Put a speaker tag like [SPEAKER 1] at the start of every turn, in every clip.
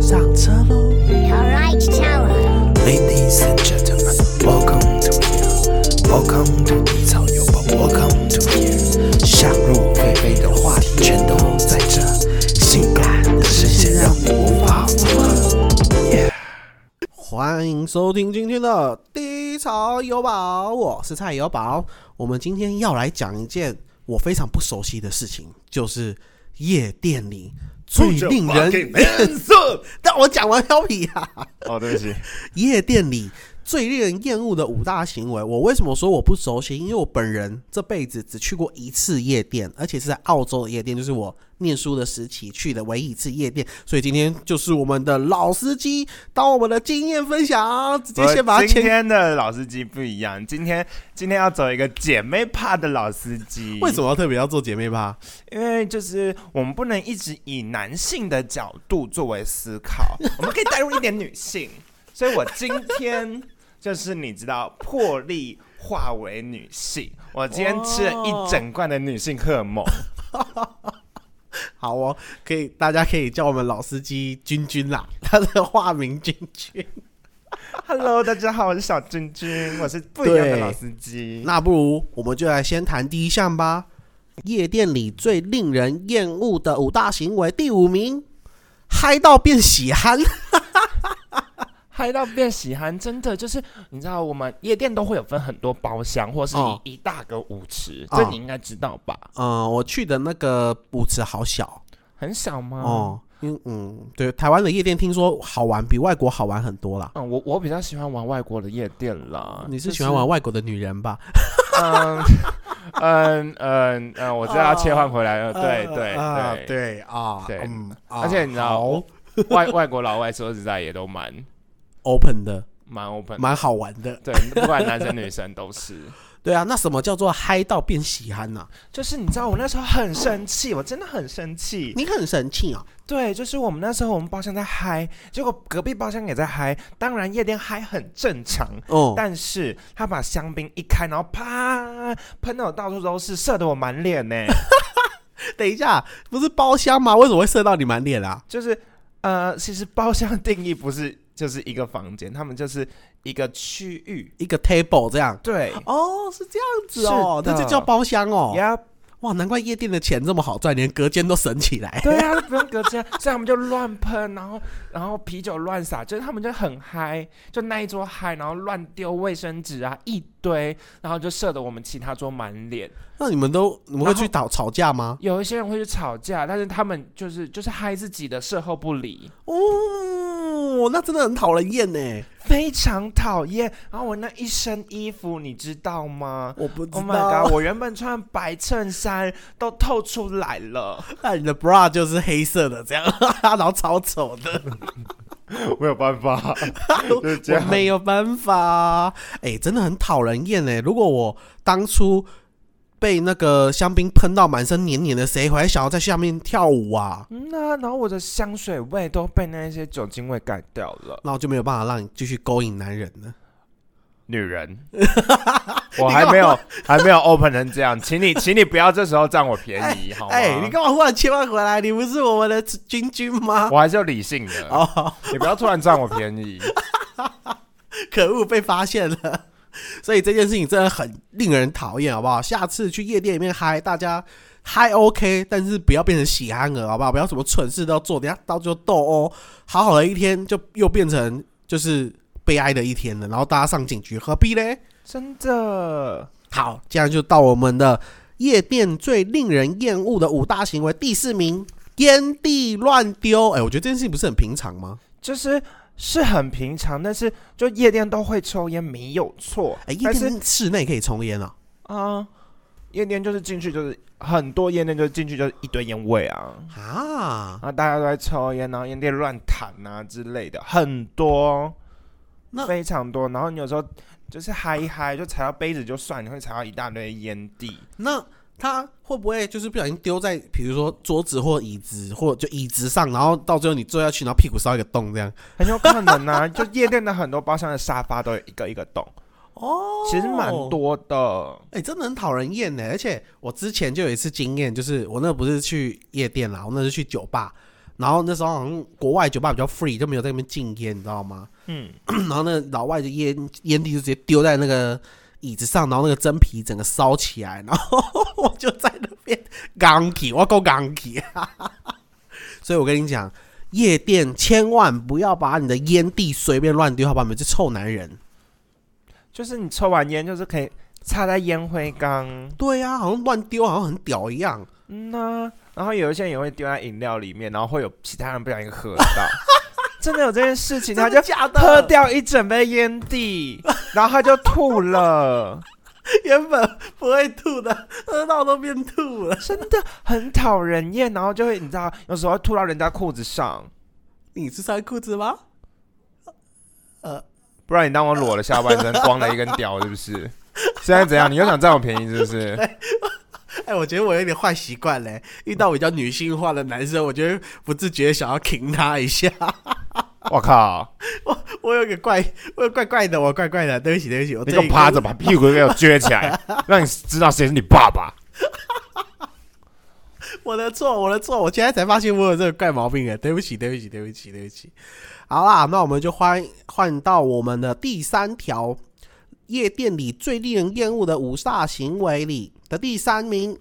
[SPEAKER 1] 上车喽
[SPEAKER 2] Alright, Tower.
[SPEAKER 1] ，Ladies and gentlemen, welcome to here, welcome to 低潮有宝，welcome to here。想入非非的话题全都在这，性感的声线让你无法负荷。Yeah 欢迎收听今天的《低潮有宝》，我是蔡有宝。我们今天要来讲一件我非常不熟悉的事情，就是夜店里最令人……
[SPEAKER 3] 色。
[SPEAKER 1] 让我讲完要皮啊！
[SPEAKER 3] 哦，对不起，
[SPEAKER 1] 夜店里最令人厌恶的五大行为，我为什么说我不熟悉？因为我本人这辈子只去过一次夜店，而且是在澳洲的夜店，就是我念书的时期去的唯一一次夜店。所以今天就是我们的老司机当我们的经验分享， 直接先把它
[SPEAKER 3] 我今
[SPEAKER 1] 签。
[SPEAKER 3] 天的老司机不一样，今天今天要走一个姐妹怕的老司机。
[SPEAKER 1] 为什？么要特别要做姐妹趴？
[SPEAKER 3] 因为就是我们不能一直以男性的角度作为思 考，我们可以带入一点女性。所以我今天就是你知道，破例化为女性。我今天吃了一整罐的女性荷尔蒙。
[SPEAKER 1] 哦好哦，可以，大家可以叫我们老司机君君啦，他的化名君君。
[SPEAKER 3] Hello，大家好，我是小君君，我是不一样的
[SPEAKER 1] 对
[SPEAKER 3] 老司机。
[SPEAKER 1] 那不如我们就来先谈第一项吧。夜店里最令人厌恶的五大行为，第五名，嗨到变喜憨。
[SPEAKER 3] 嗨到变喜欢，真的就是你知道，我们夜店都会有分很多包厢，或是一、
[SPEAKER 1] 哦
[SPEAKER 3] 一大个舞池，
[SPEAKER 1] 哦
[SPEAKER 3] 这你应该知道吧？
[SPEAKER 1] 嗯，我去的那个舞池好小
[SPEAKER 3] 很小吗？
[SPEAKER 1] 哦，嗯嗯，对，台湾的夜店听说好玩，比外国好玩很多啦。
[SPEAKER 3] 嗯，我我比较喜欢玩外国的夜店啦。
[SPEAKER 1] 啊你是
[SPEAKER 3] 就是
[SPEAKER 1] 喜欢玩？外国的女人吧？
[SPEAKER 3] 嗯 嗯嗯嗯，我知道要切换回来了。对对
[SPEAKER 1] 啊
[SPEAKER 3] 对
[SPEAKER 1] 对啊，
[SPEAKER 3] 对
[SPEAKER 1] 嗯，啊
[SPEAKER 3] 而且你知道
[SPEAKER 1] 好
[SPEAKER 3] 外外国老外说实在也都蛮
[SPEAKER 1] ，open 的，
[SPEAKER 3] 蛮 open，
[SPEAKER 1] 蛮好玩的。
[SPEAKER 3] 对，不管男生女生都是。
[SPEAKER 1] 对啊，那什么叫做嗨到变喜憨啊呢、
[SPEAKER 3] 就是你知道，我那时候很生气，我真的很生气。
[SPEAKER 1] 你很神气啊、
[SPEAKER 3] 对，就是我们那时候我们包厢在嗨，结果隔壁包厢也在嗨。当然夜店嗨很正常，
[SPEAKER 1] 哦，
[SPEAKER 3] 但是他把香槟一开，然后啪喷到我到处都是，射得我满脸 呢。
[SPEAKER 1] 等一下，不是包厢吗？为什么会射到你满脸啊？
[SPEAKER 3] 就是呃，其实包厢定义不是就是一个房间，他们就是一个区域。
[SPEAKER 1] 一个 table 这样。
[SPEAKER 3] 对，
[SPEAKER 1] 哦，是这样子哦，
[SPEAKER 3] 是
[SPEAKER 1] 那
[SPEAKER 3] 的
[SPEAKER 1] 就叫包厢哦。
[SPEAKER 3] 呀、
[SPEAKER 1] 哇，难怪夜店的钱这么好赚，连隔间都省起来。
[SPEAKER 3] 对啊，不用隔间，所以他们就乱喷，然后然后啤酒乱洒，就是他们就很嗨，就那一桌嗨，然后乱丢卫生纸啊一堆，然后就射得我们其他桌满脸。
[SPEAKER 1] 那你们都你们会去吵吵架吗？
[SPEAKER 3] 有一些人会去吵架，但是他们就是就是嗨自己的，事后不理，
[SPEAKER 1] 哦，那真的很讨人厌呢。
[SPEAKER 3] 非常讨厌。然后我那一身衣服，你知道吗
[SPEAKER 1] 我不知
[SPEAKER 3] ？Oh my
[SPEAKER 1] 道
[SPEAKER 3] god！，我原本穿白衬衫都透出来了，
[SPEAKER 1] 那你的 bra 就是黑色的这样， 然后超丑的，
[SPEAKER 3] 没有办法，就是 这
[SPEAKER 1] 我
[SPEAKER 3] 样
[SPEAKER 1] 没有办法。哎、真的很讨人厌呢。如果我当初被那个香槟喷到满身黏黏的，谁还想要在下面跳舞啊？
[SPEAKER 3] 嗯啊，然后我的香水味都被那一些酒精味盖掉了。
[SPEAKER 1] 那我就没有办法让你继续勾引男人了。
[SPEAKER 3] 女 人，我还没有还没有 open 成这样，请你请你不要这时候占我便 宜，好吗？
[SPEAKER 1] 哎、你干嘛忽然切换回来？你不是我们的君君吗？
[SPEAKER 3] 我还是有理性的，
[SPEAKER 1] 哦，
[SPEAKER 3] 你不要突然占我便宜。
[SPEAKER 1] 可恶，被发现了。所以这件事情真的很令人讨厌，好不好？下次去夜店里面嗨，大家嗨 OK，但是不要变成喜憨儿，好不好？不要什么蠢事都要做，等下到最后斗殴，好好的一天就又变成就是悲哀的一天了。然后大家上警局，何必嘞？
[SPEAKER 3] 真的，
[SPEAKER 1] 好，这样就到我们的夜店最令人厌恶的五大行为第四名：烟蒂乱丢。哎、我觉得这件事情不是很平常吗？
[SPEAKER 3] 就是是很平常，但是就夜店都会抽烟，没有错。
[SPEAKER 1] 哎、夜
[SPEAKER 3] 但是
[SPEAKER 1] 店室内可以抽烟啊。
[SPEAKER 3] 啊、夜店就是进去就是很多夜店就是进去就是一堆烟味啊，
[SPEAKER 1] 啊，
[SPEAKER 3] 啊，大家都在抽烟，然后烟店乱弹啊之类的，很多
[SPEAKER 1] 那，
[SPEAKER 3] 非常多。然后你有时候就是嗨一嗨，就踩到杯子就算，你会踩到一大堆烟 蒂。
[SPEAKER 1] 那他会不会就是不小心丢在，比如说桌子或椅子，或就椅子上，然后到最后你坐下去，然后屁股烧一个洞这样？
[SPEAKER 3] 很有可能啊，就夜店的很多包厢的沙发都有一个一个洞，
[SPEAKER 1] 哦
[SPEAKER 3] 其实蛮多的。
[SPEAKER 1] 哎、真的很讨人厌呢。而且我之前就有一次经验，就是我那不是去夜店啦，我那是去酒吧，然后那时候好像国外酒吧比较 free，就没有在那边禁烟，你知道吗？
[SPEAKER 3] 嗯，
[SPEAKER 1] 然后那老外的烟烟蒂就直接丢在那个椅子上，然后那个真皮整个烧起来，然后 我就在那边刚起，我够刚起， 所以我跟你讲，夜店千万不要把你的烟蒂随便乱丢，好吧？你们这臭男人。
[SPEAKER 3] 就是你抽完烟就是可以插在烟灰缸，
[SPEAKER 1] 对呀、好像乱丢，好像很屌一样。
[SPEAKER 3] 嗯呐、然后有一些人也会丢在饮料里面，然后会有其他人不小心 喝到，真的有这件事情，他就
[SPEAKER 1] 假的
[SPEAKER 3] 喝掉一整杯烟蒂，然后他就吐 了，
[SPEAKER 1] 原本不会吐的，喝到都变吐了。
[SPEAKER 3] 真的很讨人厌，然后就会你知道，有时候会吐到人家裤子上，
[SPEAKER 1] 你是穿裤子吗？
[SPEAKER 3] 不然你当我裸了下半身，光了一根屌是 不是？现在怎样？你又想占我便宜是不是？
[SPEAKER 1] 哎，我觉得我有点坏习惯嘞，遇到比较女性化的男生，我觉得不自觉想要挺他一下。
[SPEAKER 3] 我靠！
[SPEAKER 1] 我我有一个怪，我有怪怪的，我怪怪的，对不起对不起，我
[SPEAKER 2] 你
[SPEAKER 1] 这
[SPEAKER 2] 给我趴着，把屁股给我撅起来，让你知道谁是你爸爸。
[SPEAKER 1] 我的错我的错，我现在才发现我有这个怪毛病哎，对不起对不起对不起对不起。好啦，那我们就换换到我们的第三条，夜店里最令人厌恶的五大行为里的第三名。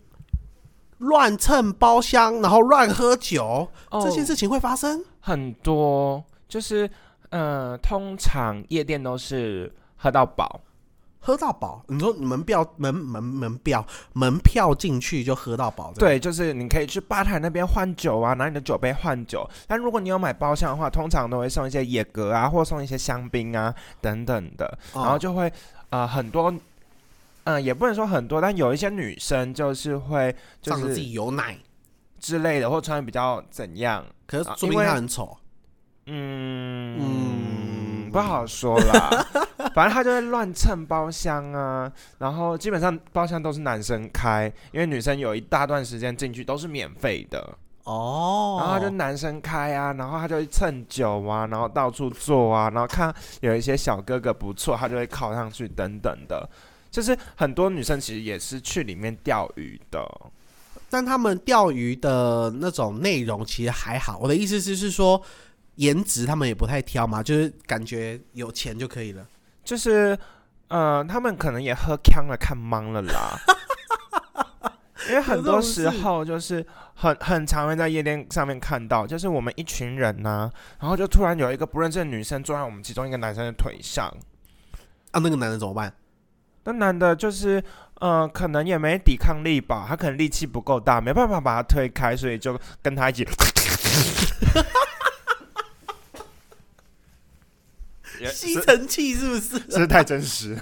[SPEAKER 1] 乱蹭包厢，然后乱喝酒
[SPEAKER 3] 哦
[SPEAKER 1] 这件事情会发生？
[SPEAKER 3] 很多，就是嗯、呃通常夜店都是喝到饱，
[SPEAKER 1] 喝到饱，你说门票门门门票门票进去就喝到饱，
[SPEAKER 3] 对，就是你可以去吧台那边换酒啊，拿你的酒杯换酒。但如果你有买包厢的话，通常都会送一些野格啊，或送一些香槟啊等等的，
[SPEAKER 1] 哦
[SPEAKER 3] 然后就会呃很多。嗯，也不能说很多，但有一些女生就是会就
[SPEAKER 1] 仗着自
[SPEAKER 3] 是
[SPEAKER 1] 己有奶，
[SPEAKER 3] 之类的，或穿的比较怎样，嗯
[SPEAKER 1] 可是
[SPEAKER 3] 啊
[SPEAKER 1] 说
[SPEAKER 3] 因
[SPEAKER 1] 明
[SPEAKER 3] 为
[SPEAKER 1] 他很丑。
[SPEAKER 3] 嗯，不好说啦。 反正他就会乱蹭包厢啊，然后基本上包厢都是男生开，因为女生有一大段时间进去都是免费的，
[SPEAKER 1] 哦，
[SPEAKER 3] 然后他就男生开啊，然后他就会蹭酒啊，然后到处坐啊，然后看有一些小哥哥不错，他就会靠上去等等的。就是很多女生其实也是去里面钓鱼的，
[SPEAKER 1] 但他们钓鱼的那种内容其实还好。我的意思是，是说颜值他们也不太挑嘛，就是感觉有钱就可以了。
[SPEAKER 3] 就是，呃，他们可能也喝呛了、看懵了啦。因为很多时候就是很很常会在夜店上面看到，就是我们一群人呢、然后就突然有一个不认识的女生坐在我们其中一个男生的腿上，
[SPEAKER 1] 啊，那个男的怎么办？
[SPEAKER 3] 那男的就是，呃，可能也没抵抗力吧，他可能力气不够大，没办法把他推开，所以就跟他一起 也
[SPEAKER 1] 吸尘器是不是？
[SPEAKER 2] 真是太真实了，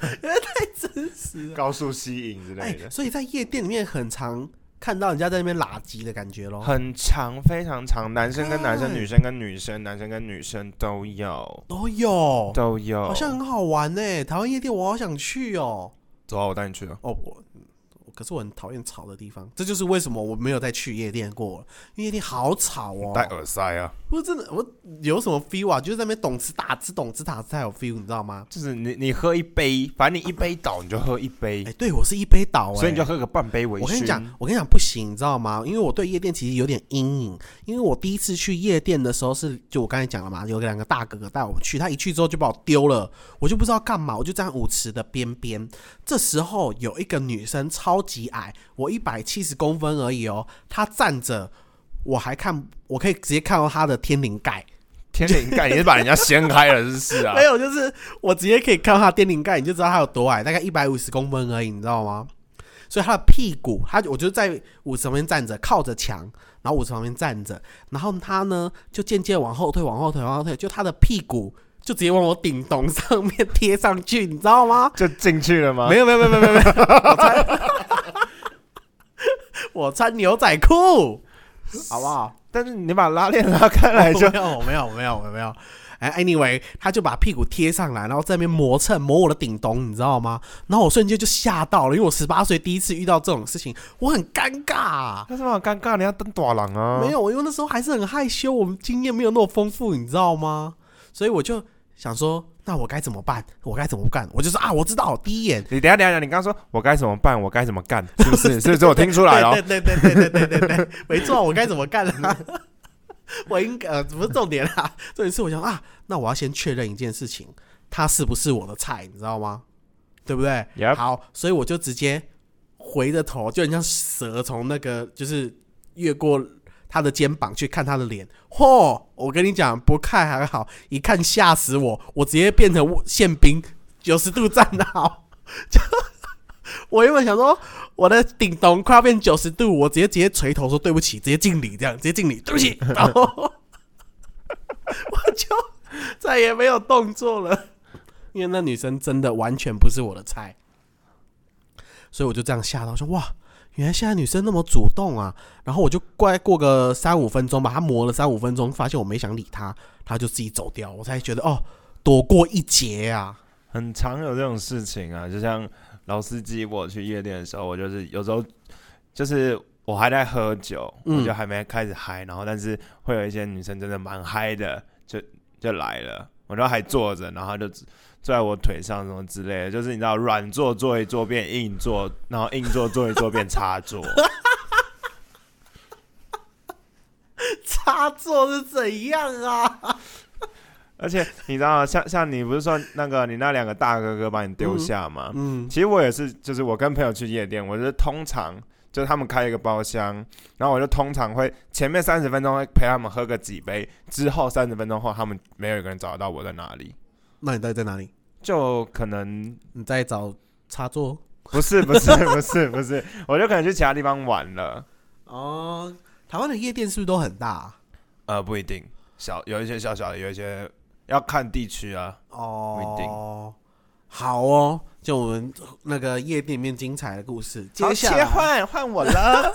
[SPEAKER 1] 真是 啊
[SPEAKER 2] 高速吸引之
[SPEAKER 1] 哎、
[SPEAKER 2] 类的。
[SPEAKER 1] 所以在夜店里面很常看到人家在那边拉鸡的感觉咯。
[SPEAKER 3] 很长，非常长，男生跟男生，
[SPEAKER 1] 看
[SPEAKER 3] 女生跟女生，男生跟女生都有。
[SPEAKER 1] 都有，
[SPEAKER 3] 都有，
[SPEAKER 1] 哦好像很好玩呢、台湾夜店我好想去哦、
[SPEAKER 3] 走啊，我带你去啊。
[SPEAKER 1] 哦，我可是我很讨厌吵的地方，这就是为什么我没有再去夜店过了，因为夜店好吵哦、
[SPEAKER 2] 戴耳塞啊，
[SPEAKER 1] 我真的我有什么 feel 啊？就是在那边懂吃打吃懂吃打吃才有 feel，你知道吗？
[SPEAKER 3] 就是你你喝一杯，反正你一杯倒你就喝一杯
[SPEAKER 1] 哎、，对我是一杯倒、哎，
[SPEAKER 3] 嗯所以你就喝个半杯微醺。
[SPEAKER 1] 我跟你讲，我跟你讲不行，你知道吗？因为我对夜店其实有点阴影，因为我第一次去夜店的时候是，就我刚才讲了嘛，有两个大哥哥带我们去，他一去之后就把我丢了，我就不知道干嘛，我就站舞池的边边。这时候有一个女生超级矮，我一百七十公分而已哦，她站着，我还看，我可以直接看到她的天灵盖。
[SPEAKER 2] 天灵盖也是把人家掀开了，是不是 啊
[SPEAKER 1] 没？有，就是我直接可以看到他的电灵盖，你就知道他有多矮，大概一百五十公分而已，你知道吗？所以他的屁股，他我就在舞池旁边站着，靠着墙，然后舞池旁边站着，然后他呢就渐渐往后退，往后退，往后退，就他的屁股就直接往我顶咚上面贴上去，你知道吗？
[SPEAKER 2] 就进去了吗？
[SPEAKER 1] 没有没有没有没有没有，我穿我穿牛仔裤，好不好？
[SPEAKER 3] 但是你把拉链拉开来就，
[SPEAKER 1] 没有，我没有，我没有，我没有。哎，anyway，他就把屁股贴上来，然后在那边磨蹭磨我的顶咚，你知道吗？然后我瞬间就吓到了，因为我十八岁第一次遇到这种事情，我很尴尬、
[SPEAKER 3] 那是好尴尬，你要登短廊啊。
[SPEAKER 1] 没，有，我因为那时候还是很害羞，我们经验没有那么丰富，你知道吗？所以我就想说，那我该怎么办？我该怎么干？我就说啊，我知道，第一眼。
[SPEAKER 3] 你等一下等一下，你刚刚说我该怎么办，我该怎么干， 是不是？是不是我听出来了
[SPEAKER 1] 对？对对对对对对对，没错，我该怎么干了、我应该呃不是重点啦，重点是我想啊，那我要先确认一件事情，他是不是我的菜，你知道吗？对不对
[SPEAKER 3] Yep
[SPEAKER 1] 好，所以我就直接回着头，就很像蛇从那个就是越过他的肩膀去看他的脸。嚯、我跟你讲，不看还好，一看吓死我，我直接变成宪兵，九十度站好。就 我原本想说，我的顶咚快要变九十度，我直接直接垂头说对不起，直接敬礼，这样直接敬礼，对不起，然后我就再也没有动作了，因为那女生真的完全不是我的菜，所以我就这样吓到，我说哇，原来现在女生那么主动啊，然后我就怪过个三五分钟吧，她磨了三五分钟，发现我没想理她，她就自己走掉，我才觉得哦，躲过一劫啊。
[SPEAKER 3] 很常有这种事情啊，就像老司机，我去夜店的时候，我就是有时候就是我还在喝酒，
[SPEAKER 1] 嗯
[SPEAKER 3] 我就还没开始嗨，然后但是会有一些女生真的蛮嗨的，就就来了，我就还坐着，然后就坐在我腿上什么之类的，就是你知道软坐坐一坐变硬坐，然后硬坐坐一坐变插座，
[SPEAKER 1] 插座是怎样啊？
[SPEAKER 3] 而且你知道吗像像你不是说那个你那两个大哥哥把你丢下吗？
[SPEAKER 1] 嗯，
[SPEAKER 3] 其实我也是，就是我跟朋友去夜店，我是通常就是他们开一个包厢，然后我就通常会前面三十分钟会陪他们喝个几杯，之后三十分钟后他们没有一个人找得到我在哪里，
[SPEAKER 1] 那你到底在哪里？
[SPEAKER 3] 就可能
[SPEAKER 1] 你在找插座？
[SPEAKER 3] 不是不是 不是不是，我就可能去其他地方玩了，
[SPEAKER 1] 哦，台湾的夜店是不是都很大、啊？
[SPEAKER 3] 呃，不一定，小有一些小小的，有一些要看地区啊，
[SPEAKER 1] 哦，
[SPEAKER 3] 不一定
[SPEAKER 1] 好哦，就我们那个夜店里面精彩的故事。接下
[SPEAKER 3] 切
[SPEAKER 1] 来，
[SPEAKER 3] 换换我了，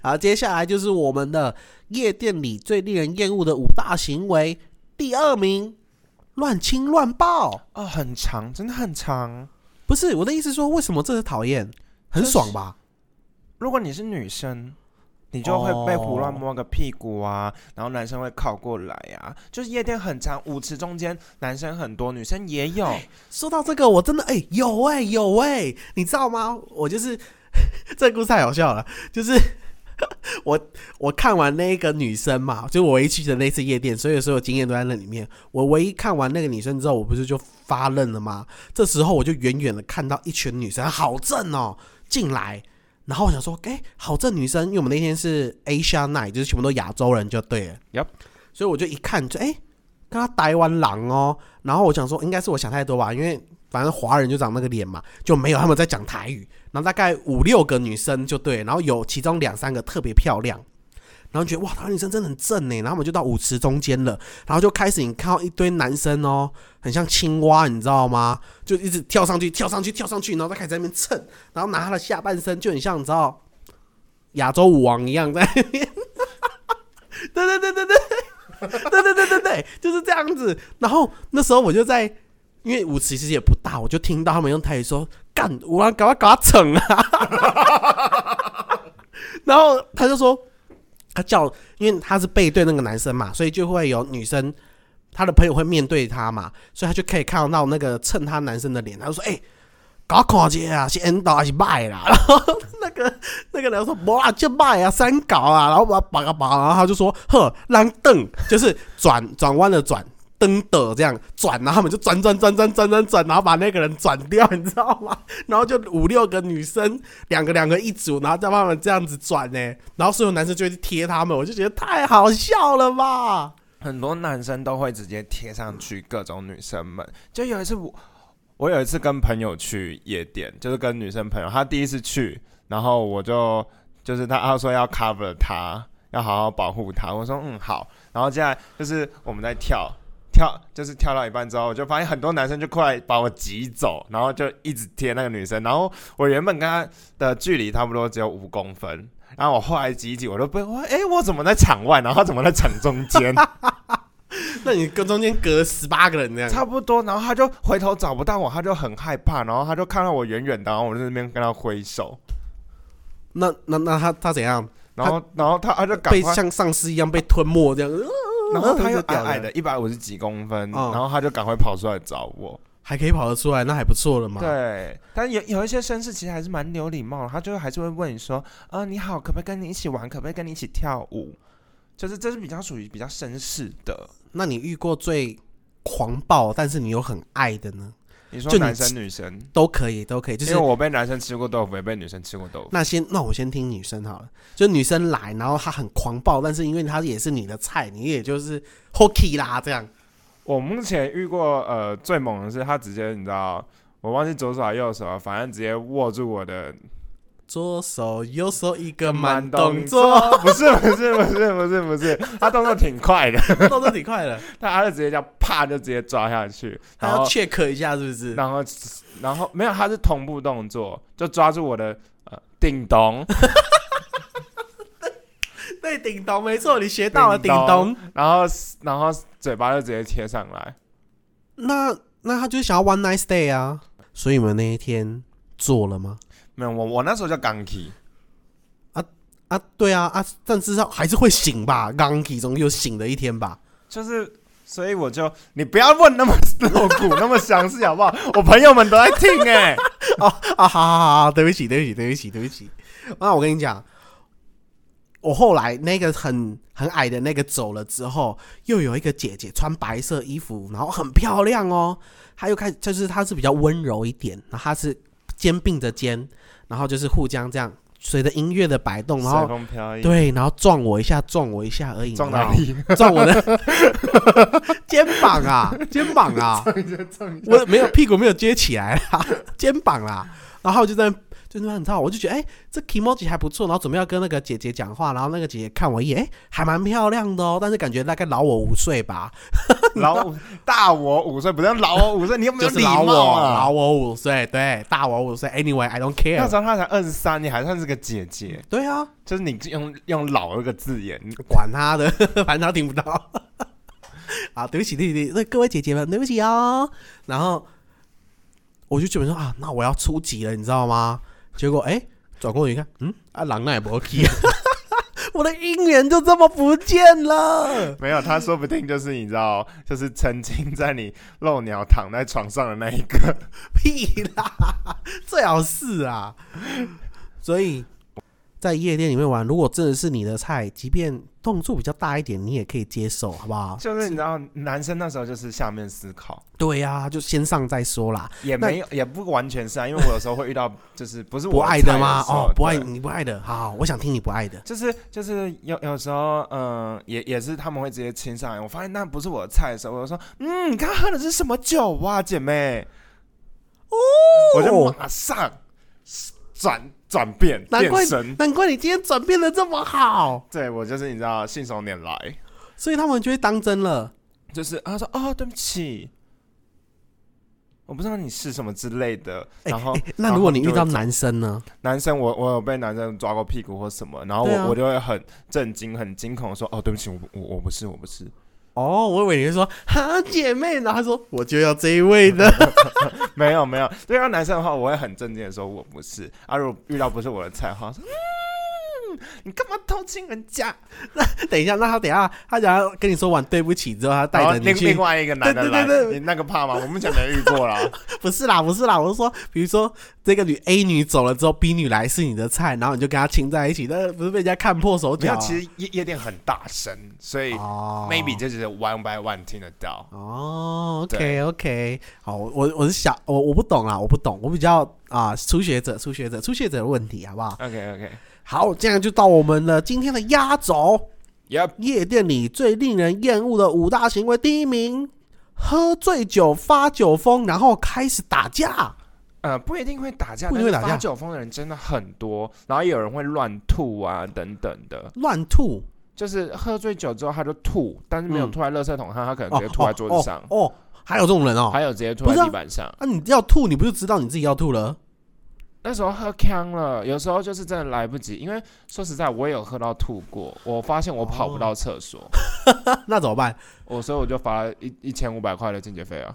[SPEAKER 1] 好，接下来就是我们的夜店里最令人厌恶的五大行为。第二名，乱亲乱抱。
[SPEAKER 3] 哦，很长，真的很长。
[SPEAKER 1] 不是我的意思说，为什么这是讨厌？很爽吧？
[SPEAKER 3] 如果你是女生，你就会被胡乱摸个屁股啊，然后男生会靠过来啊，就是夜店很长，舞池中间男生很多，女生也有，
[SPEAKER 1] 说到这个，我真的哎、有哎、有哎、你知道吗？我就是 这故事太好笑了，就是 我我看完那个女生嘛，就我唯一去的那次夜店，所以所有经验都在那里面。我唯一看完那个女生之后，我不是就发愣了吗？这时候我就远远的看到一群女生，好正哦，进来。然后我想说，哎、好正女生，因为我们那天是 Asia Night，就是全部都亚洲人就对了。
[SPEAKER 3] Yup
[SPEAKER 1] 所以我就一看就，哎、跟他台湾狼哦。然后我想说，应该是我想太多吧，因为反正华人就长那个脸嘛，就没有他们在讲台语。然后大概五六个女生就对，然后有其中两三个特别漂亮，然后觉得哇，台湾女生真的很正呢。然后我们就到舞池中间了，然后就开始你看到一堆男生哦，很像青蛙，你知道吗？就一直跳上去，跳上去，跳上去，然后再开始在那边蹭，然后拿他的下半身，就很像你知道亚洲舞王一样在那边。对对对对对。对对对对对，就是这样子。然后那时候我就在，因为舞池其实也不大，我就听到他们用台语说：“干，我要赶快搞他整啊！” 然后他就说，他叫，因为他是背对那个男生嘛，所以就会有女生，他的朋友会面对他嘛，所以他就可以看到那个蹭他男生的脸。他就说：“哎、搞垮街啊，是 N 导还是卖啦？ 然后那个那个人说不啦，就卖啊，三搞啊，然后把把个把，然后他就说呵，让蹬，就是转转弯的转。蹬的这样转，然后他们就转转转转转转转，然后把那个人转掉，你知道吗？然后就五六个女生，两个两个一组，然后再帮他们这样子转呢、然后所有男生就会贴他们，我就觉得太好笑了吧？
[SPEAKER 3] 很多男生都会直接贴上去各种女生们。就有一次我，我有一次跟朋友去夜店，就是跟女生朋友，她第一次去，然后我就就是她她说要 cover 她，要好好保护她，我说嗯好，然后接下来就是我们在跳。跳就是跳到一半之后，我就发现很多男生就过来把我挤走，然后就一直贴那个女生。然后我原本跟她的距离差不多只有五公分，然后我后来挤一挤，我都不，我哎、我怎么在场外，然后她怎么在场中间？
[SPEAKER 1] 那你跟中间隔十八个人这样，
[SPEAKER 3] 差不多，然后他就回头找不到我，他就很害怕，然后他就看到我远远的，然后我就在那边跟他挥手，
[SPEAKER 1] 那那那他他怎样？
[SPEAKER 3] 然后然后他他就赶
[SPEAKER 1] 被
[SPEAKER 3] 快，
[SPEAKER 1] 像丧尸一样被吞没这样？
[SPEAKER 3] 然后他又
[SPEAKER 1] 就
[SPEAKER 3] 矮
[SPEAKER 1] 掉了
[SPEAKER 3] 矮的，一百五十几公分，
[SPEAKER 1] 嗯
[SPEAKER 3] 然后他就赶快跑出来找我。
[SPEAKER 1] 还可以跑得出来，那还不错了嘛。
[SPEAKER 3] 对，但有有一些绅士其实还是蛮呃有礼貌的，他就还是会问你说，啊、你好，可不可以跟你一起玩，可不可以跟你一起跳舞？就是这是比较属于比较绅士的。
[SPEAKER 1] 那你遇过最狂暴，但是你又很爱的呢？
[SPEAKER 3] 你说
[SPEAKER 1] 就你
[SPEAKER 3] 男生女生，
[SPEAKER 1] 都可以，都可以，就是
[SPEAKER 3] 因为我被男生吃过豆腐，也被女生吃过豆腐。
[SPEAKER 1] 那先，那我先听女生好了。就女生来，然后她很狂暴，但是因为她也是你的菜，你也就是 hooky 啦这样。
[SPEAKER 3] 我目前遇过呃最猛的是他直接你知道，我忘记左手还是右手了，反正直接握住我的
[SPEAKER 1] 左手右手一个慢
[SPEAKER 3] 慢
[SPEAKER 1] 动
[SPEAKER 3] 动
[SPEAKER 1] 作，
[SPEAKER 3] 不是不是不是不是不是，他动作挺快的，
[SPEAKER 1] 动作挺快 的。
[SPEAKER 3] 但他就直接这样啪就直接抓下去，
[SPEAKER 1] 她
[SPEAKER 3] 然
[SPEAKER 1] 要
[SPEAKER 3] 后
[SPEAKER 1] check 一下是不是？
[SPEAKER 3] 然后然后没有，他是同步动作，就抓住我的呃叮咚，
[SPEAKER 1] 对，顶咚，没错，你学到了顶
[SPEAKER 3] 叮咚
[SPEAKER 1] 咚。
[SPEAKER 3] 然后然后嘴巴就直接贴上来，
[SPEAKER 1] 那那她就是想要 one night stay 啊。所以你们那一天做了吗？
[SPEAKER 3] 没有我我那时候叫港 key，
[SPEAKER 1] 啊，对啊啊，但至少还是会醒吧 g a n k 总有醒的一天吧。
[SPEAKER 3] 就是。所以我就，你不要问那么露骨、那么详细好不好？我朋友们都在听哎、
[SPEAKER 1] 哦啊，好好好好，对不起，对不起，对不起，对不起。那我跟你讲，我后来那个很很矮的那个走了之后，又有一个姐姐穿白色衣服，然后很漂亮哦。她又开始就是她是比较温柔一点，然后她是肩并着肩，然后就是互相这样随着音乐的摆动，然
[SPEAKER 3] 随
[SPEAKER 1] 后
[SPEAKER 3] 风飘逸，
[SPEAKER 1] 对，然后撞我一下，撞我一下而已。
[SPEAKER 3] 撞
[SPEAKER 1] 然
[SPEAKER 3] 哪
[SPEAKER 1] 后
[SPEAKER 3] 里？
[SPEAKER 1] 撞我 的肩膀啊，肩膀啊，我没有屁股没有接起来啦， 肩膀啦，然后就在那就那很吵，我就觉得哎、这 emoji 还不错，然后准备要跟那个姐姐讲话，然后那个姐姐看我一眼，哎、还蛮漂亮的哦，但是感觉大概老我五岁吧，
[SPEAKER 3] 老我大我五岁，不是老我五岁，你有没
[SPEAKER 1] 就
[SPEAKER 3] 有
[SPEAKER 1] 是
[SPEAKER 3] 礼
[SPEAKER 1] 老我
[SPEAKER 3] 貌
[SPEAKER 1] 老
[SPEAKER 3] 啊？
[SPEAKER 1] 我五岁，对，大我五岁，anyway，I don't
[SPEAKER 3] 那
[SPEAKER 1] care，
[SPEAKER 3] 时候她才二十三，你还算是个姐姐，
[SPEAKER 1] 对啊，
[SPEAKER 3] 就是你用用“老”这个字眼，
[SPEAKER 1] 管他的， 反正他听不到。 啊，对不起，对不起，那各位姐姐们，对不起哦。然后我就觉得说啊，那我要出击了，你知道吗？结果哎，转过去一看，嗯，啊，狼那也不 OK，我的姻缘就这么不见了。
[SPEAKER 3] 没有，她说不定就是你知道，就是曾经在你漏鸟躺在床上的那一 个。
[SPEAKER 1] 屁啦，最好是啊。所以在夜店里面玩，如果真的是你的菜，即便动作比较大一点，你也可以接受，好不好？
[SPEAKER 3] 就是你知道，男生那时候就是下面思考，
[SPEAKER 1] 对呀、就先上再说啦。
[SPEAKER 3] 也没有，也不完全是啊，因为我有时候会遇到，就是不是我
[SPEAKER 1] 不爱
[SPEAKER 3] 的
[SPEAKER 1] 的吗？
[SPEAKER 3] 菜时候
[SPEAKER 1] 哦，不爱
[SPEAKER 3] 对
[SPEAKER 1] 你不爱的，好，我想听你不爱的。
[SPEAKER 3] 就是就是有有时候，嗯、也也是他们会直接亲上来。我发现那不是我的菜的时候，我就说，嗯，你刚刚喝的是什么酒啊，姐妹？哦，我就马上转转变
[SPEAKER 1] 难怪
[SPEAKER 3] 变身，
[SPEAKER 1] 难怪你今天转变的这么好，
[SPEAKER 3] 对我就是你知道信手拈来，
[SPEAKER 1] 所以他们就会当真了。
[SPEAKER 3] 就是啊他说哦，对不起。我不知道你是什么之类的，
[SPEAKER 1] 哎
[SPEAKER 3] 然后、
[SPEAKER 1] 哎那
[SPEAKER 3] 然后
[SPEAKER 1] 如果你
[SPEAKER 3] 哦就
[SPEAKER 1] 遇
[SPEAKER 3] 会
[SPEAKER 1] 到
[SPEAKER 3] 走
[SPEAKER 1] 男生呢？
[SPEAKER 3] 男生，我我有被男生抓过屁股或什么，然后我、
[SPEAKER 1] 对啊
[SPEAKER 3] 我就会很震惊、很惊恐地说：“哦，对不起，我不我我不是，我不是。”
[SPEAKER 1] 哦，我以为你会说哈姐妹，然后他说我就要这一位 的，
[SPEAKER 3] 没有没有，对到男生的话，我会很正经的说我不是。啊，如果遇到不是我的菜的话，说嗯，你干嘛偷亲人家？
[SPEAKER 1] 等一下，那他等一下他等一下跟你说完对不起之后，他带
[SPEAKER 3] 然后
[SPEAKER 1] 着你
[SPEAKER 3] 另哦另
[SPEAKER 1] 去，
[SPEAKER 3] 外一个男的
[SPEAKER 1] 对对
[SPEAKER 3] 来，
[SPEAKER 1] 对对
[SPEAKER 3] 你那个怕吗？我目前没遇过 啦。
[SPEAKER 1] 不是啦不是啦，我是说，比如说这个女 A 女走了之后，B 女来是你的菜，然后你就跟她亲在一起，那不是被人家看破手
[SPEAKER 3] 没
[SPEAKER 1] 脚
[SPEAKER 3] 有，
[SPEAKER 1] 啊？
[SPEAKER 3] 其实夜夜店很大声，所以
[SPEAKER 1] 哦
[SPEAKER 3] maybe 这就是 one by one 听得到。
[SPEAKER 1] 哦，OK
[SPEAKER 3] 对
[SPEAKER 1] OK，好，我我我是小我我不懂啦，我不懂，我比较啊、初学者，初学者，初学者的问题，好不好？
[SPEAKER 3] OK OK，
[SPEAKER 1] 好，这样就到我们的今天的压轴，
[SPEAKER 3] Yep，
[SPEAKER 1] 夜店里最令人厌恶的五大行为，第一名，喝醉酒发酒疯，然后开始打架。
[SPEAKER 3] 呃，不一定会打架，
[SPEAKER 1] 不一定会
[SPEAKER 3] 但
[SPEAKER 1] 打
[SPEAKER 3] 是
[SPEAKER 1] 架
[SPEAKER 3] 发酒疯的人真的很多，然后也有人会乱吐啊等等的，
[SPEAKER 1] 乱吐，
[SPEAKER 3] 就是喝醉酒之后他就吐，但是没有
[SPEAKER 1] 嗯
[SPEAKER 3] 吐在垃圾桶上，他可能
[SPEAKER 1] 哦
[SPEAKER 3] 直接吐在桌子上。
[SPEAKER 1] 哦哦哦，还有这种人哦。
[SPEAKER 3] 还有直接吐
[SPEAKER 1] 不
[SPEAKER 3] 在
[SPEAKER 1] 是啊
[SPEAKER 3] 地板上。
[SPEAKER 1] 啊，你要吐，你不就知道你自己要吐了？
[SPEAKER 3] 那时候喝呛了，有时候就是真的来不及，因为说实在，我也有喝到吐过。我发现我跑不
[SPEAKER 1] 哦
[SPEAKER 3] 到厕所，
[SPEAKER 1] 那怎么办？
[SPEAKER 3] 我所以我就罚了一一千五百块的清洁费啊。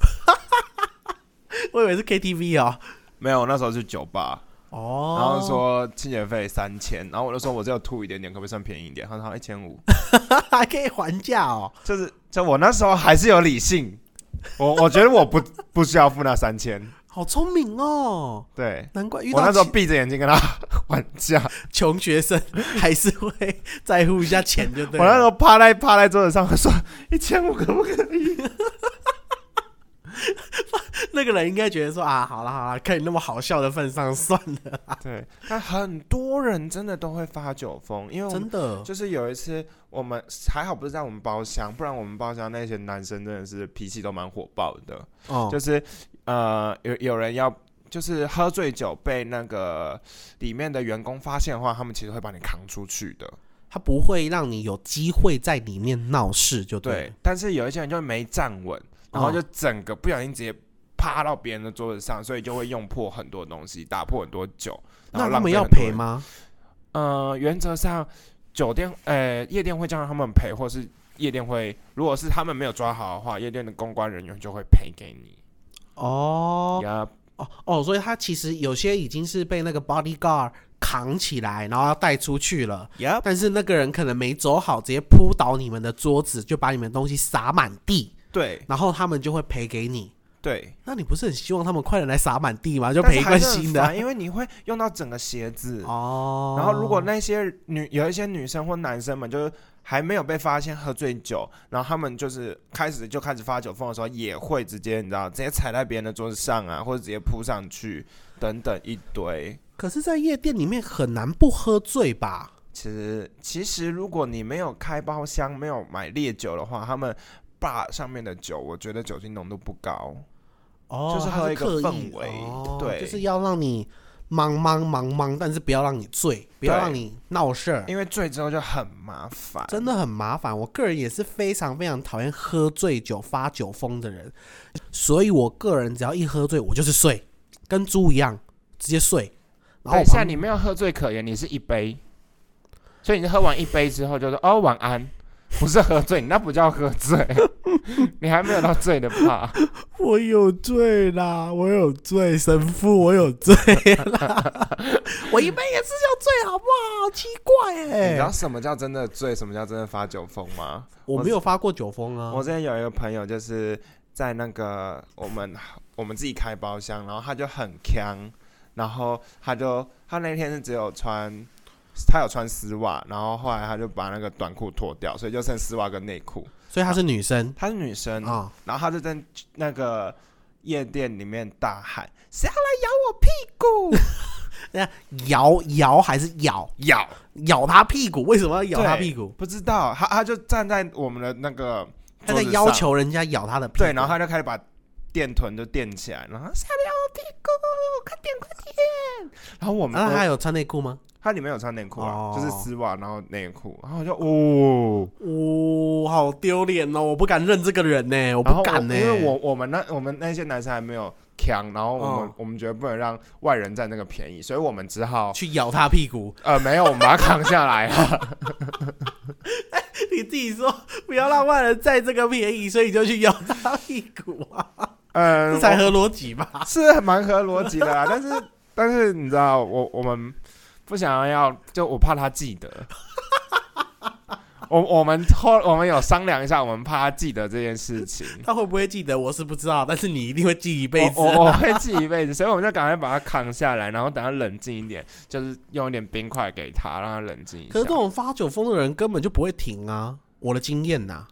[SPEAKER 1] 我以为是 KTV 哦。
[SPEAKER 3] 没有，那时候去酒吧，
[SPEAKER 1] 哦，
[SPEAKER 3] 然后说清洁费三千，然后我就说我只有吐一点点，可不可以算便宜一点？他说好一千五，
[SPEAKER 1] 还可以还价哦。
[SPEAKER 3] 就是就我那时候还是有理性，我我觉得我不不需要付那三千，
[SPEAKER 1] 好聪明哦，
[SPEAKER 3] 对
[SPEAKER 1] 难怪遇
[SPEAKER 3] 我那
[SPEAKER 1] 到
[SPEAKER 3] 时候
[SPEAKER 1] 穷
[SPEAKER 3] 闭着眼睛跟他 玩架，
[SPEAKER 1] 穷学 生还是会在乎一下钱，就对啊
[SPEAKER 3] 我那时
[SPEAKER 1] 了。
[SPEAKER 3] 候趴在趴在桌子上，我说一千五可不可以？
[SPEAKER 1] 那个人应该觉得说啊，好了好了，看你那么好笑的份上，算了，
[SPEAKER 3] 对，那很多人真的都会发酒疯，因为我们
[SPEAKER 1] 真的
[SPEAKER 3] 就是有一次，我们还好不是在我们包厢，不然我们包厢那些男生真的是脾气都蛮火爆的。
[SPEAKER 1] 哦
[SPEAKER 3] 就，是呃，有有人要就是喝醉酒被那个里面的员工发现的话，他们其实会把你扛出去的。
[SPEAKER 1] 他不会让你有机会在里面闹事，就
[SPEAKER 3] 对，
[SPEAKER 1] 了。
[SPEAKER 3] 但是有一些人就没站稳，
[SPEAKER 1] 哦
[SPEAKER 3] 然后就整个不小心直接趴到别人的桌子上，所以就会用破很多东西，打破很多酒。
[SPEAKER 1] 那
[SPEAKER 3] 然后
[SPEAKER 1] 他
[SPEAKER 3] 浪
[SPEAKER 1] 们
[SPEAKER 3] 费
[SPEAKER 1] 要
[SPEAKER 3] 很多
[SPEAKER 1] 赔
[SPEAKER 3] 人？
[SPEAKER 1] 吗？
[SPEAKER 3] 呃，原则上酒店呃夜店会叫他们赔，或是夜店会，如果是他们没有抓好的话，夜店的公关人员就会赔给你。
[SPEAKER 1] 哦
[SPEAKER 3] 呀、
[SPEAKER 1] 哦哦，所以他其实有些已经是被那个 bodyguard 扛起来，然后要带出去了。
[SPEAKER 3] Yep
[SPEAKER 1] 但是那个人可能没走好，直接扑倒你们的桌子，就把你们东西撒满地，
[SPEAKER 3] 对
[SPEAKER 1] 然后他们就会赔给你。
[SPEAKER 3] 对，
[SPEAKER 1] 那你不是很希望他们快点来撒满地吗？就
[SPEAKER 3] 但
[SPEAKER 1] 赔
[SPEAKER 3] 是
[SPEAKER 1] 一
[SPEAKER 3] 还
[SPEAKER 1] 罐
[SPEAKER 3] 是很
[SPEAKER 1] 新的啊
[SPEAKER 3] 烦因为你会用到整个鞋子。
[SPEAKER 1] 哦。
[SPEAKER 3] 然后，如果那些女有一些女生或男生们，就是还没有被发现喝醉酒，然后他们就是开始就开始发酒疯的时候，也会直接你知道，直接踩在别人的桌子上啊，或者直接扑上去等等一堆。
[SPEAKER 1] 可是，在夜店里面很难不喝醉吧？
[SPEAKER 3] 其实，其实如果你没有开包厢，没有买烈酒的话，他们 bar 上面的酒，我觉得酒精浓度不高。
[SPEAKER 1] 哦，
[SPEAKER 3] 就是
[SPEAKER 1] 他
[SPEAKER 3] 喝
[SPEAKER 1] 是
[SPEAKER 3] 一个
[SPEAKER 1] 刻意
[SPEAKER 3] 氛围
[SPEAKER 1] 哦
[SPEAKER 3] 对
[SPEAKER 1] 就是要让你茫茫茫茫，但是不要让你醉，不要
[SPEAKER 3] 对
[SPEAKER 1] 让你闹事儿。
[SPEAKER 3] 因为醉之后就很麻烦，
[SPEAKER 1] 真的很麻烦。我个人也是非常非常讨厌喝醉酒发酒疯的人，所以我个人只要一喝醉，我就是睡，跟猪一样直接睡。然后
[SPEAKER 3] 等
[SPEAKER 1] 哦我
[SPEAKER 3] 一下，
[SPEAKER 1] 旁
[SPEAKER 3] 你没有喝醉可言，你是一杯，所以你喝完一杯之后就说哦晚安，不是喝醉，你那不叫喝醉， 你还没有到醉的怕。
[SPEAKER 1] 我有罪啦，我有罪，神父，我有罪啦， 我一杯也是要醉，好不好？奇怪
[SPEAKER 3] 你
[SPEAKER 1] 哎、
[SPEAKER 3] 知道什么叫真的醉，什么叫真的发酒疯吗？
[SPEAKER 1] 我没有发过酒疯啊
[SPEAKER 3] 我。之前有一个朋友就是在那个我们我们自己开包厢，然后他就很强，然后他就他那天是只有穿。他有穿丝袜，然后后来他就把那个短裤脱掉，所以就剩丝袜跟内裤。
[SPEAKER 1] 所以她是女生
[SPEAKER 3] 她是女生，
[SPEAKER 1] 啊、
[SPEAKER 3] 然后他就在那个夜店里面大喊：“谁要来咬我屁股
[SPEAKER 1] 那摇摇还是咬？”
[SPEAKER 3] 咬，
[SPEAKER 1] 咬她屁股？为什么要 咬她
[SPEAKER 3] 对
[SPEAKER 1] 屁股？
[SPEAKER 3] 不知道他他就站在我们的那个
[SPEAKER 1] 她在
[SPEAKER 3] 桌子
[SPEAKER 1] 要
[SPEAKER 3] 上
[SPEAKER 1] 求人家咬她的屁股。啊
[SPEAKER 3] 对，然后他就开始把电臀就垫起来，然后谁要来咬我屁股，快点快点！然后我们
[SPEAKER 1] 那她
[SPEAKER 3] 我
[SPEAKER 1] 有穿内裤吗？
[SPEAKER 3] 他里面有穿内裤啊
[SPEAKER 1] 哦，
[SPEAKER 3] 就是丝袜，然后内裤，然后我就哦，
[SPEAKER 1] 哦，好丢脸哦！我不敢认这个人呢、欸我
[SPEAKER 3] 然
[SPEAKER 1] 不
[SPEAKER 3] 后
[SPEAKER 1] 敢呢、
[SPEAKER 3] 因为我我们那我们那些男生还没有强，然后我们
[SPEAKER 1] 嗯
[SPEAKER 3] 我们觉得不能让外人占那个便宜，所以我们只好
[SPEAKER 1] 去咬他屁股，
[SPEAKER 3] 呃没有，我们把它扛下来啊。
[SPEAKER 1] 你自己说不要让外人占这个便宜，所以就去咬他屁股啊，
[SPEAKER 3] 嗯，
[SPEAKER 1] 这才
[SPEAKER 3] 我
[SPEAKER 1] 合逻辑吧？
[SPEAKER 3] 是蛮合逻辑的啦。但是 但是你知道，我我们不想要，就我怕他 记得。我我们后我们有商量一下，我们怕他记得这件事情。
[SPEAKER 1] 他会不会记得我是不知道，但是你一定会记一辈子
[SPEAKER 3] 我。我我哦 会记一辈子，所以我们就赶快把他扛下来，然后等他冷静一点，就是用一点冰块给他，让他冷静一
[SPEAKER 1] 可
[SPEAKER 3] 下
[SPEAKER 1] 是这。种发酒疯的人根本就不会停啊！我的经验呐、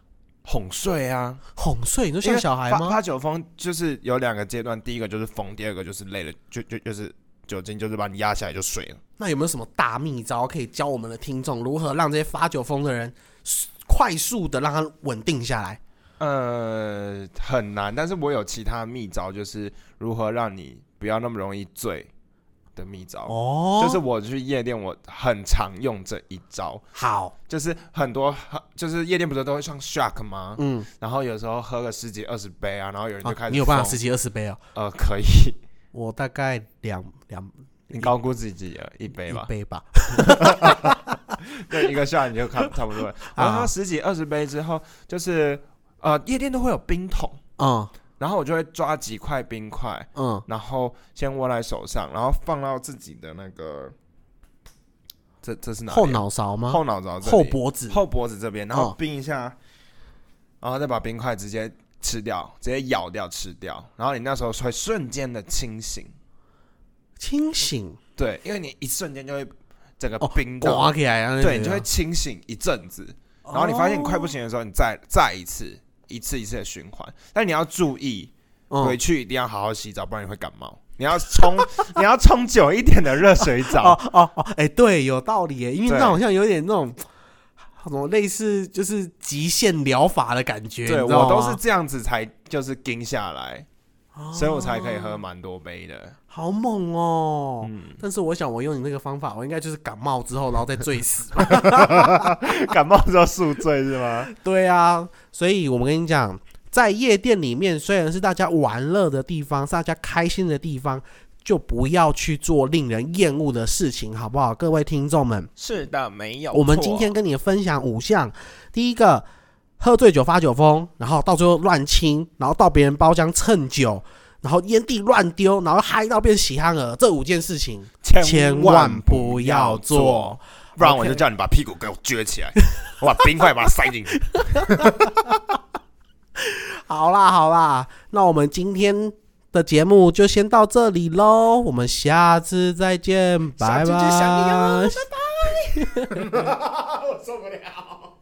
[SPEAKER 3] 哄睡啊，
[SPEAKER 1] 哄睡你就
[SPEAKER 3] 因
[SPEAKER 1] 像
[SPEAKER 3] 为
[SPEAKER 1] 小孩
[SPEAKER 3] 发
[SPEAKER 1] 吗？
[SPEAKER 3] 发酒疯就是有两个阶段，第一个就是疯，第二个就是累了，就就就是酒精，就是把你压下来就睡了。
[SPEAKER 1] 那有没有什么大秘招可以教我们的听众如何让这些发酒疯的人快速的让他稳定下来？
[SPEAKER 3] 呃，很难，但是我有其他秘招，就是如何让你不要那么容易醉的秘招。
[SPEAKER 1] 哦，
[SPEAKER 3] 就是我去夜店，我很常用这一招，
[SPEAKER 1] 好，
[SPEAKER 3] 就是很多，就是夜店不是都会唱 shock 吗？
[SPEAKER 1] 嗯，
[SPEAKER 3] 然后有时候喝个十几二十杯啊，然后有人就
[SPEAKER 1] 啊
[SPEAKER 3] 开始、
[SPEAKER 1] 你有办法十？几二十杯哦？
[SPEAKER 3] 呃，可以，
[SPEAKER 1] 我大概两两
[SPEAKER 3] 你高估自己了，一杯吧
[SPEAKER 1] 一，杯吧。
[SPEAKER 3] 对，一个 shot 你就差差不多了。然
[SPEAKER 1] 啊
[SPEAKER 3] 后喝十几二十杯之后，就是呃，夜店都会有冰桶，
[SPEAKER 1] 嗯
[SPEAKER 3] 然后我就会抓几块冰块，
[SPEAKER 1] 嗯，
[SPEAKER 3] 然后先握在手上，然后放到自己的那个，这这是哪里啊
[SPEAKER 1] 后脑勺吗？
[SPEAKER 3] 后脑勺这里
[SPEAKER 1] 后脖子。
[SPEAKER 3] 后脖子这边，然后
[SPEAKER 1] 哦
[SPEAKER 3] 冰一下，然后再把冰块直接吃掉，直接咬掉吃掉，然后你那时候会瞬间的清醒，
[SPEAKER 1] 清醒
[SPEAKER 3] 对，因为你一瞬间就会整个
[SPEAKER 1] 哦，
[SPEAKER 3] 冰到，
[SPEAKER 1] 刮起来啊，
[SPEAKER 3] 对，你就会清醒一阵子，
[SPEAKER 1] 哦
[SPEAKER 3] 然后你发现你快不行的时候，你再再一次一次一次的循环，但你要注意，回
[SPEAKER 1] 嗯
[SPEAKER 3] 去一定要好好洗澡，不然你会感冒。你要冲， 你要冲久一点的热水
[SPEAKER 1] 哦
[SPEAKER 3] 澡，
[SPEAKER 1] 哦哦，哎，对，有道理耶，因为
[SPEAKER 3] 对
[SPEAKER 1] 那好像有点那种什么类似就是极限疗法的感觉，
[SPEAKER 3] 对
[SPEAKER 1] 你
[SPEAKER 3] 我
[SPEAKER 1] 知道
[SPEAKER 3] 都
[SPEAKER 1] 吗
[SPEAKER 3] 是这样子才就是盯下来，
[SPEAKER 1] 哦
[SPEAKER 3] 所以我才可以喝蛮多 杯的。
[SPEAKER 1] 好猛哦。
[SPEAKER 3] 嗯，
[SPEAKER 1] 但是我想，我用你那个方法，我应该就是感冒之后，然后再醉死吧。
[SPEAKER 3] 感冒之后宿醉是吗？
[SPEAKER 1] 对啊，所以我们跟你讲，在夜店里面，虽然是大家玩乐的地方，是大家开心的地方，就不要去做令人厌恶的事情，好不好？各位听众们，
[SPEAKER 3] 是的，没有
[SPEAKER 1] 我们今天跟你分享五项，第一个。喝醉酒发酒疯，然后到最后乱亲，然后到别人包厢蹭酒，然后烟蒂乱丢，然后嗨到变喜憨儿，这五件事情千万不要做。。
[SPEAKER 3] 不然我就叫你把屁股给我撅起来，我把冰块把它塞进去。
[SPEAKER 1] 好啦好啦，那我们今天的节目就先到这里喽，我们下次再见，拜拜。
[SPEAKER 3] 下次见想你哦
[SPEAKER 1] 拜
[SPEAKER 3] 拜
[SPEAKER 1] 拜
[SPEAKER 3] 我受不了。